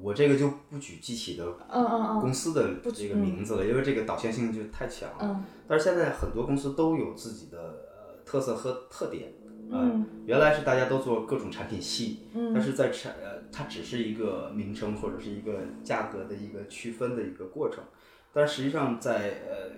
Speaker 2: 我这个就不举具体的
Speaker 3: 嗯嗯嗯
Speaker 2: 公司的这个名字了，因为这个导向性就太强了。
Speaker 3: 嗯
Speaker 2: 但是现在很多公司都有自己的呃特色和特点。呃
Speaker 3: 嗯，
Speaker 2: 原来是大家都做各种产品系，
Speaker 3: 嗯
Speaker 2: 但是在产呃，它只是一个名称或者是一个价格的一个区分的一个过程。但实际上在，呃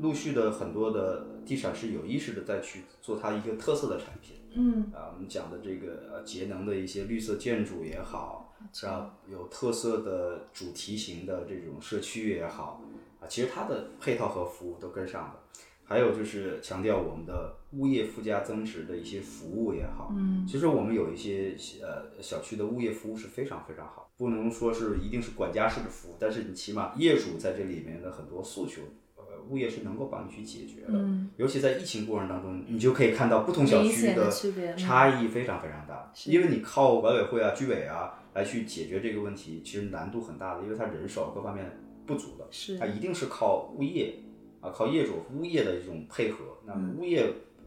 Speaker 2: 陆续的很多的地产是有意识的在去做它一个特色的产品。
Speaker 3: 嗯
Speaker 2: 啊，我们讲的这个呃节能的一些绿色建筑也好，是吧？有特色的主题型的这种社区也好，啊，其实它的配套和服务都跟上了。还有就是强调我们的物业附加增值的一些服务也好，
Speaker 3: 嗯
Speaker 2: 其实我们有一些呃小区的物业服务是非常非常好，不能说是一定是管家式的服务，但是你起码业主在这里面的很多诉求，呃，物业是能够帮你去解决的。
Speaker 3: 嗯，
Speaker 2: 尤其在疫情过程当中，你就可以看到不同小
Speaker 3: 明
Speaker 2: 区
Speaker 3: 显的区别嗯
Speaker 2: 差异非常非常大，因为你靠管委会啊、居委啊来去解决这个问题，其实难度很大的，因为它人手各方面不足的，
Speaker 3: 是
Speaker 2: 它一定是靠物业啊，靠业主、物业的一种配合。那么物业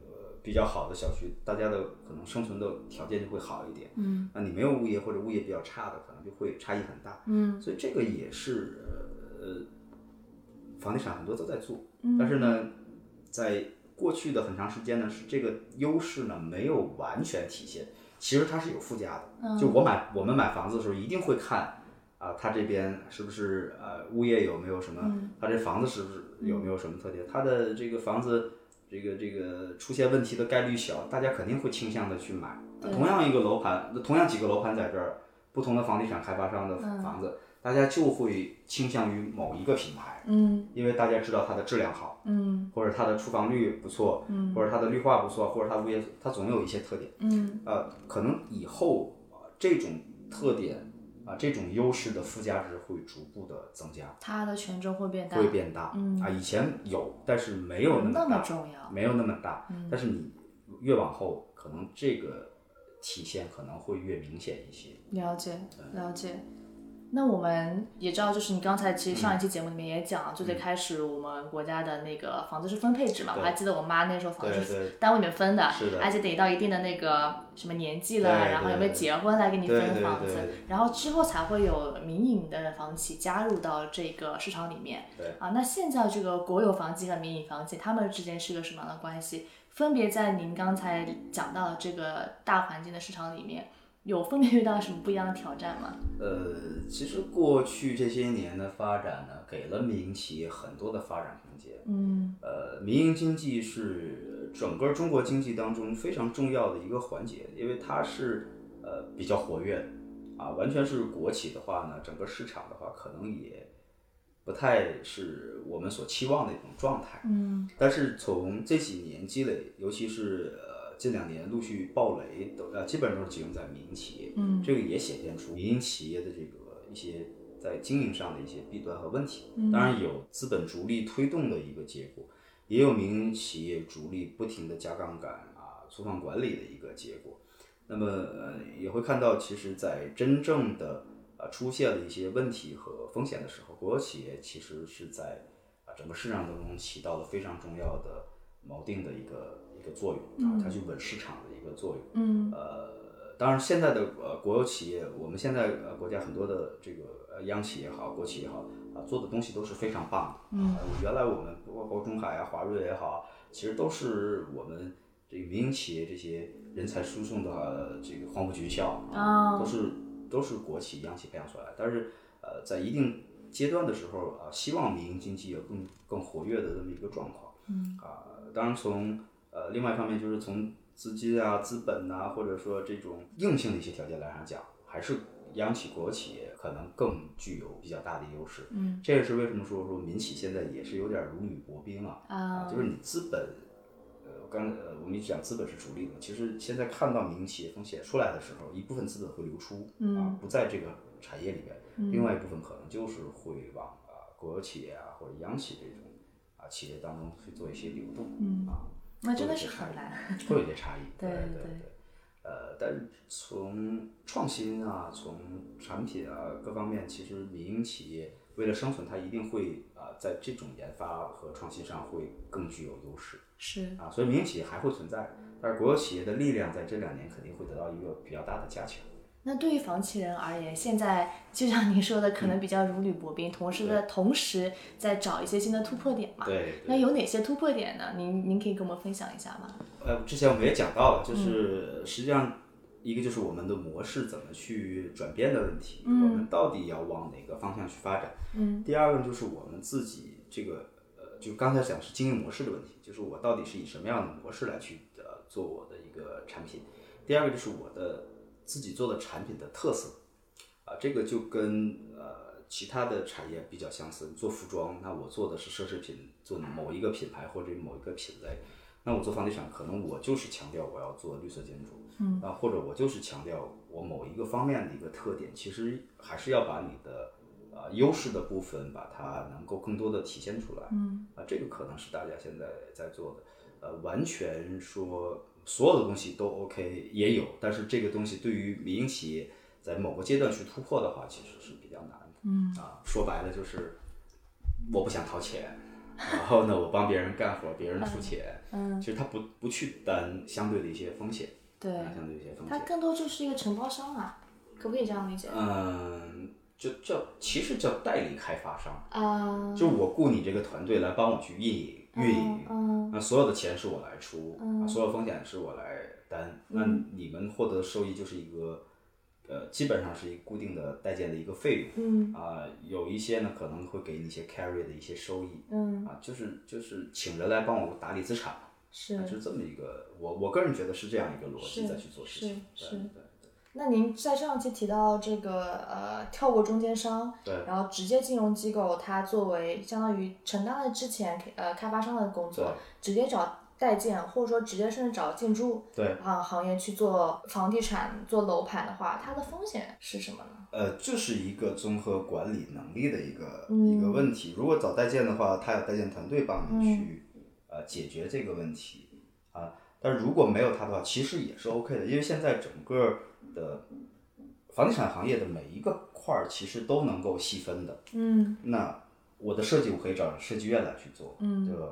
Speaker 2: 呃比较好的小区，大家的可能生存的条件就会好一点。
Speaker 3: 嗯，
Speaker 2: 那你没有物业或者物业比较差的，可能就会差异很大。
Speaker 3: 嗯，
Speaker 2: 所以这个也是呃呃，房地产很多都在做，
Speaker 3: 嗯
Speaker 2: 但是呢，在过去的很长时间呢，是这个优势呢没有完全体现。其实它是有附加的，就我买我们买房子的时候一定会看啊，它这边是不是呃物业有没有什么，它这房子是不是有没有什么特点，它的这个房子这个这个出现问题的概率小，大家肯定会倾向的去买。同样一个楼盘，同样几个楼盘在这儿，不同的房地产开发商的房子，大家就会倾向于某一个品牌，
Speaker 3: 嗯
Speaker 2: 因为大家知道它的质量好，
Speaker 3: 嗯
Speaker 2: 或者它的出房率不错，
Speaker 3: 嗯
Speaker 2: 或者它的绿化不错，或者它物业，它总有一些特点。
Speaker 3: 嗯
Speaker 2: 呃，可能以后、呃这种特点啊、这种优势的附加值会逐步的增加，
Speaker 3: 它的权重会变大，
Speaker 2: 会变大。
Speaker 3: 嗯
Speaker 2: 啊，以前有，但是没有
Speaker 3: 不
Speaker 2: 么
Speaker 3: 那么
Speaker 2: 大，
Speaker 3: 重要。
Speaker 2: 没有那么大。
Speaker 3: 嗯
Speaker 2: 但是你越往后，可能这个体现可能会越明显一些。
Speaker 3: 了解，了解。那我们也知道，就是你刚才其实上一期节目里面也讲，就最开始我们国家的那个房子是分配制嘛，我
Speaker 2: 嗯对
Speaker 3: 还记得我妈那时候房子
Speaker 2: 对
Speaker 3: 是
Speaker 2: 对
Speaker 3: 单位里面分的，
Speaker 2: 是的
Speaker 3: 而且得到一定的那个什么年纪了，
Speaker 2: 对
Speaker 3: 然后
Speaker 2: 对
Speaker 3: 有没有
Speaker 2: 对
Speaker 3: 结婚来给你
Speaker 2: 对
Speaker 3: 分
Speaker 2: 对
Speaker 3: 房子
Speaker 2: 对对，
Speaker 3: 然后之后才会有民营的房企加入到这个市场里面。
Speaker 2: 对
Speaker 3: 啊，那现在这个国有房企和民营房企，他们之间是个什么样的关系？分别在您刚才讲到的这个大环境的市场里面，有分别遇到什么不一样的挑战吗？
Speaker 2: 呃，其实过去这些年的发展呢，给了民营企业很多的发展空间。
Speaker 3: 嗯
Speaker 2: 呃，民营经济是整个中国经济当中非常重要的一个环节，因为它是呃比较活跃的啊，完全是国企的话呢，整个市场的话可能也不太是我们所期望的一种状态。
Speaker 3: 嗯
Speaker 2: 但是从这几年积累，尤其是呃近两年陆续暴雷，都呃基本上都是集中在民营企业，
Speaker 3: 嗯
Speaker 2: 这个也显现出民营企业的这个一些在经营上的一些弊端和问题
Speaker 3: 嗯。
Speaker 2: 当然有资本逐利推动的一个结果，也有民营企业逐利不停的加杠杆啊、粗放管理的一个结果。那么呃也会看到，其实，在真正的呃出现了一些问题和风险的时候，国有企业其实是在啊整个市场当中起到了非常重要的锚定的一个一个作用啊，它去稳市场的一个作用。
Speaker 3: 嗯
Speaker 2: 呃，当然现在的呃国有企业，我们现在呃国家很多的这个呃央企也好，国企也好啊、做的东西都是非常棒的。
Speaker 3: 嗯
Speaker 2: 呃原来我们包括中海啊、华润也好啊，其实都是我们这个民营企业这些人才输送的、呃这个黄埔军校
Speaker 3: 哦
Speaker 2: 啊都是都是国企、央企培养出来的。但是呃，在一定阶段的时候啊、希望民营经济有更更活跃的这么一个状况。
Speaker 3: 嗯
Speaker 2: 啊，当然从呃另外一方面就是从资金啊、资本呐、或者说这种硬性的一些条件来上讲，还是央企、国有企业可能更具有比较大的优势。
Speaker 3: 嗯
Speaker 2: 这也是为什么说说民企现在也是有点如履薄冰啊，
Speaker 3: 啊
Speaker 2: 就是你资本，呃，我刚才呃我们一直讲资本是逐利的，其实现在看到民营企业风险出来的时候，一部分资本会流出、啊
Speaker 3: 嗯，
Speaker 2: 不在这个产业里边，
Speaker 3: 嗯
Speaker 2: 另外一部分可能就是会往啊国有企业啊或者央企这种啊企业当中去做一些流动，
Speaker 3: 嗯
Speaker 2: 啊，
Speaker 3: 那真的是很难。
Speaker 2: 会有一些差
Speaker 3: *laughs*
Speaker 2: 异，
Speaker 3: 对
Speaker 2: 对
Speaker 3: 对
Speaker 2: 对。呃，但是从创新啊，从产品啊各方面，其实民营企业为了生存，它一定会啊、在这种研发和创新上会更具有优势
Speaker 3: 是，
Speaker 2: 啊，所以民营企业还会存在，但是国有企业的力量在这两年肯定会得到一个比较大的加强。
Speaker 3: 那对于房企人而言，现在就像您说的，可能比较如履薄冰，同时的同时在找一些新的突破点嘛。
Speaker 2: 对，
Speaker 3: 那有哪些突破点呢？您您可以跟我们分享一下吗？
Speaker 2: 呃，之前我们也讲到了，
Speaker 3: 嗯
Speaker 2: 就是实际上一个就是我们的模式怎么去转变的问题，
Speaker 3: 嗯
Speaker 2: 我们到底要往哪个方向去发展？
Speaker 3: 嗯
Speaker 2: 第二个就是我们自己这个呃，就刚才讲是经营模式的问题，就是我到底是以什么样的模式来去呃做我的一个产品。第二个就是我的自己做的产品的特色，啊、这个就跟呃其他的产业比较相似。做服装，那我做的是奢侈品，做某一个品牌或者某一个品类。那我做房地产，可能我就是强调我要做绿色建筑，
Speaker 3: 嗯
Speaker 2: 啊，或者我就是强调我某一个方面的一个特点，其实还是要把你的呃优势的部分，把它能够更多的体现出来。
Speaker 3: 嗯
Speaker 2: 啊，这个可能是大家现在在做的，呃，完全说所有的东西都 OK 也有，但是这个东西对于民营企业在某个阶段去突破的话，其实是比较难
Speaker 3: 嗯
Speaker 2: 的啊。说白了就是，我不想掏钱，然后呢，我帮别人干活，别人出钱，
Speaker 3: 嗯，
Speaker 2: 其实他不不去担相对的一些风险，
Speaker 3: 对，
Speaker 2: 啊相对的一些风
Speaker 3: 它
Speaker 2: 险。
Speaker 3: 更多就是一个承包商啊，可不可以这样理解？
Speaker 2: 嗯，就叫其实叫代理开发商，
Speaker 3: 啊，
Speaker 2: 就我雇你这个团队来帮我去运营运营，
Speaker 3: 嗯
Speaker 2: 那所有的钱是我来出，
Speaker 3: 嗯
Speaker 2: 啊，所有风险是我来担，
Speaker 3: 嗯
Speaker 2: 那你们获得的收益就是一个，呃，基本上是一个固定的代建的一个费
Speaker 3: 嗯
Speaker 2: 用，啊、有一些呢可能会给你一些 carry 的一些收益，
Speaker 3: 嗯，
Speaker 2: 啊，就是就是请人来帮我打理资产，啊
Speaker 3: 是
Speaker 2: 就是这么一个，我我个人觉得是这样一个逻辑
Speaker 3: 嗯是
Speaker 2: 再去做事情，
Speaker 3: 是
Speaker 2: 对
Speaker 3: 是
Speaker 2: 对
Speaker 3: 那您在上期提到这个呃，跳过中间商，
Speaker 2: 对
Speaker 3: 然后直接金融机构，它作为相当于承担了之前呃开发商的工作，直接找代建，或者说直接甚至找进驻
Speaker 2: 对，
Speaker 3: 啊行业去做房地产、做楼盘的话，它的风险是什么呢？
Speaker 2: 呃，这是一个综合管理能力的一个、
Speaker 3: 嗯
Speaker 2: 一个问题。如果找代建的话，他有代建团队帮
Speaker 3: 嗯
Speaker 2: 你去、呃解决这个问题啊。但如果没有他的话，其实也是 OK 的，因为现在整个的房地产行业的每一个块儿其实都能够细分的。
Speaker 3: 嗯
Speaker 2: 那我的设计我可以找设计院来去做，对
Speaker 3: 嗯
Speaker 2: 吧？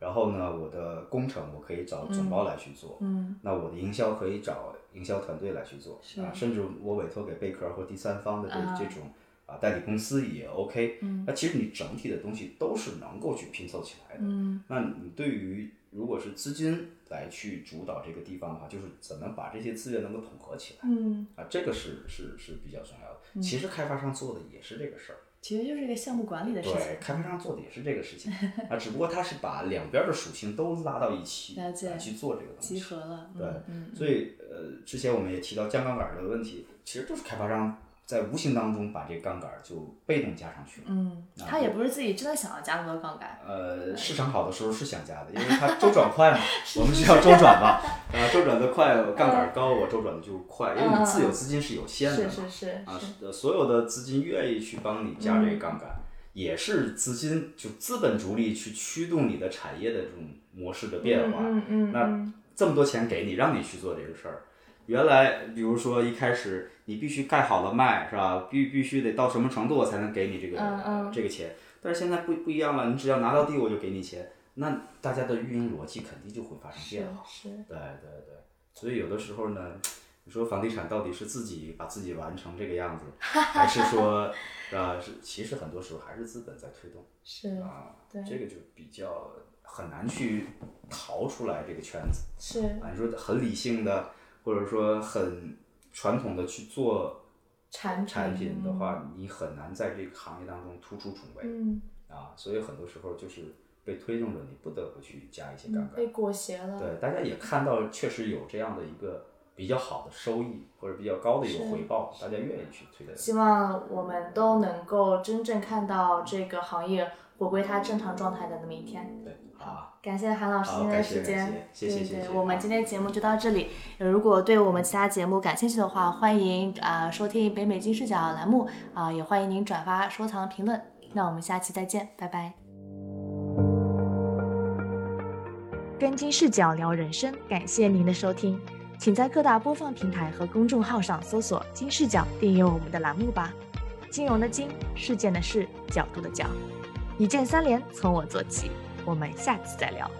Speaker 2: 然后呢，我的工程我可以找总包来去做，
Speaker 3: 嗯
Speaker 2: 那我的营销可以找营销团队来去做
Speaker 3: 是
Speaker 2: 啊，甚至我委托给贝壳或第三方的这、
Speaker 5: 啊
Speaker 2: 这种啊代理公司也 OK。
Speaker 3: 嗯
Speaker 2: 那其实你整体的东西都是能够去拼凑起来的。
Speaker 3: 嗯
Speaker 2: 那你对于如果是资金来去主导这个地方的话，就是怎么把这些资源能够统合起来
Speaker 3: 嗯，
Speaker 2: 啊，这个是是是比较重要
Speaker 5: 嗯
Speaker 2: 的。其实开发商做的也是这个事儿。
Speaker 5: 其实就是一个项目管理的事
Speaker 2: 对，
Speaker 5: 情。
Speaker 2: 开发商做的也是这个
Speaker 5: *laughs*
Speaker 2: 事情啊，只不过他是把两边的属性都拉到一起，
Speaker 5: 了解
Speaker 2: 来去做这个东西。
Speaker 5: 集合了，
Speaker 2: 对
Speaker 5: 嗯，嗯
Speaker 2: 所以呃，之前我们也提到降杠杆的问题，其实就是开发商在无形当中把这杠杆就被动加上去了。
Speaker 5: 嗯，
Speaker 2: 啊
Speaker 5: 他也不是自己真的想要加多杠杆，
Speaker 3: 嗯
Speaker 2: 呃，市场好的时候是想加的，因为它周转
Speaker 3: *laughs*
Speaker 2: 快嘛，我们需要周转嘛， *laughs* 啊，周转的快，杠杆高，我周转的就快，因为你自有资金是有限的
Speaker 3: 嗯是
Speaker 2: 嘛，
Speaker 3: 是是
Speaker 2: 啊
Speaker 3: 是，，嗯
Speaker 2: 呃所有的资金愿意去帮你加这个杠杆，也是资金就资本逐利去驱动你的产业的这种模式的变
Speaker 3: 嗯
Speaker 2: 化。
Speaker 3: 嗯嗯，
Speaker 2: 那这么多钱给你，让你去做这个事儿。原来，比如说一开始你必须盖好了卖，是吧？必必须得到什么程度我才能给你这个、
Speaker 3: 嗯嗯
Speaker 2: 这个钱？但是现在不不一样了，你只要拿到地我就给你钱，那大家的运营逻辑肯定就会发生
Speaker 3: 是
Speaker 2: 变化。
Speaker 3: 是，
Speaker 2: 对对对，所以有的时候呢，你说房地产到底是自己把自己玩成这个
Speaker 3: *laughs*
Speaker 2: 样子，还是说，呃，是其实很多时候还是资本在推动
Speaker 3: 是
Speaker 2: 啊，
Speaker 3: 对
Speaker 2: 这个就比较很难去逃出来这个圈子
Speaker 3: 是
Speaker 2: 啊。你说很理性的，或者说很传统的去做
Speaker 3: 产
Speaker 2: 产品的，话，你很难在这个行业当中突出重围、
Speaker 3: 嗯，
Speaker 2: 啊，所以很多时候就是被推动着，你不得不去加一些
Speaker 3: 嗯
Speaker 2: 杠杆。
Speaker 3: 被裹挟了，
Speaker 2: 对，大家也看到确实有这样的一个比较好的收益或者比较高的一个
Speaker 3: 是
Speaker 2: 回报，大家愿意去推的。
Speaker 3: 希望我们都能够真正看到这个行业回归它正常状态的那么一天。
Speaker 2: 对，啊，
Speaker 3: 感谢韩老师今天的时
Speaker 2: 好
Speaker 3: 间
Speaker 2: 感，谢感谢谢谢
Speaker 3: 对
Speaker 2: 谢谢
Speaker 3: 对，我们今天节目就到这里。呃如果对我们其他节目感兴趣的话，欢迎啊、呃收听北美金视角栏目啊、也欢迎您转发、收藏、评论。那我们下期再见，拜拜。跟金视角聊人生，感谢您的收听，请在各大播放平台和公众号上搜索“金视角”，订阅我们的栏目吧。金融的金，事件的事，角度的角，一键三连，从我做起。我们下次再聊。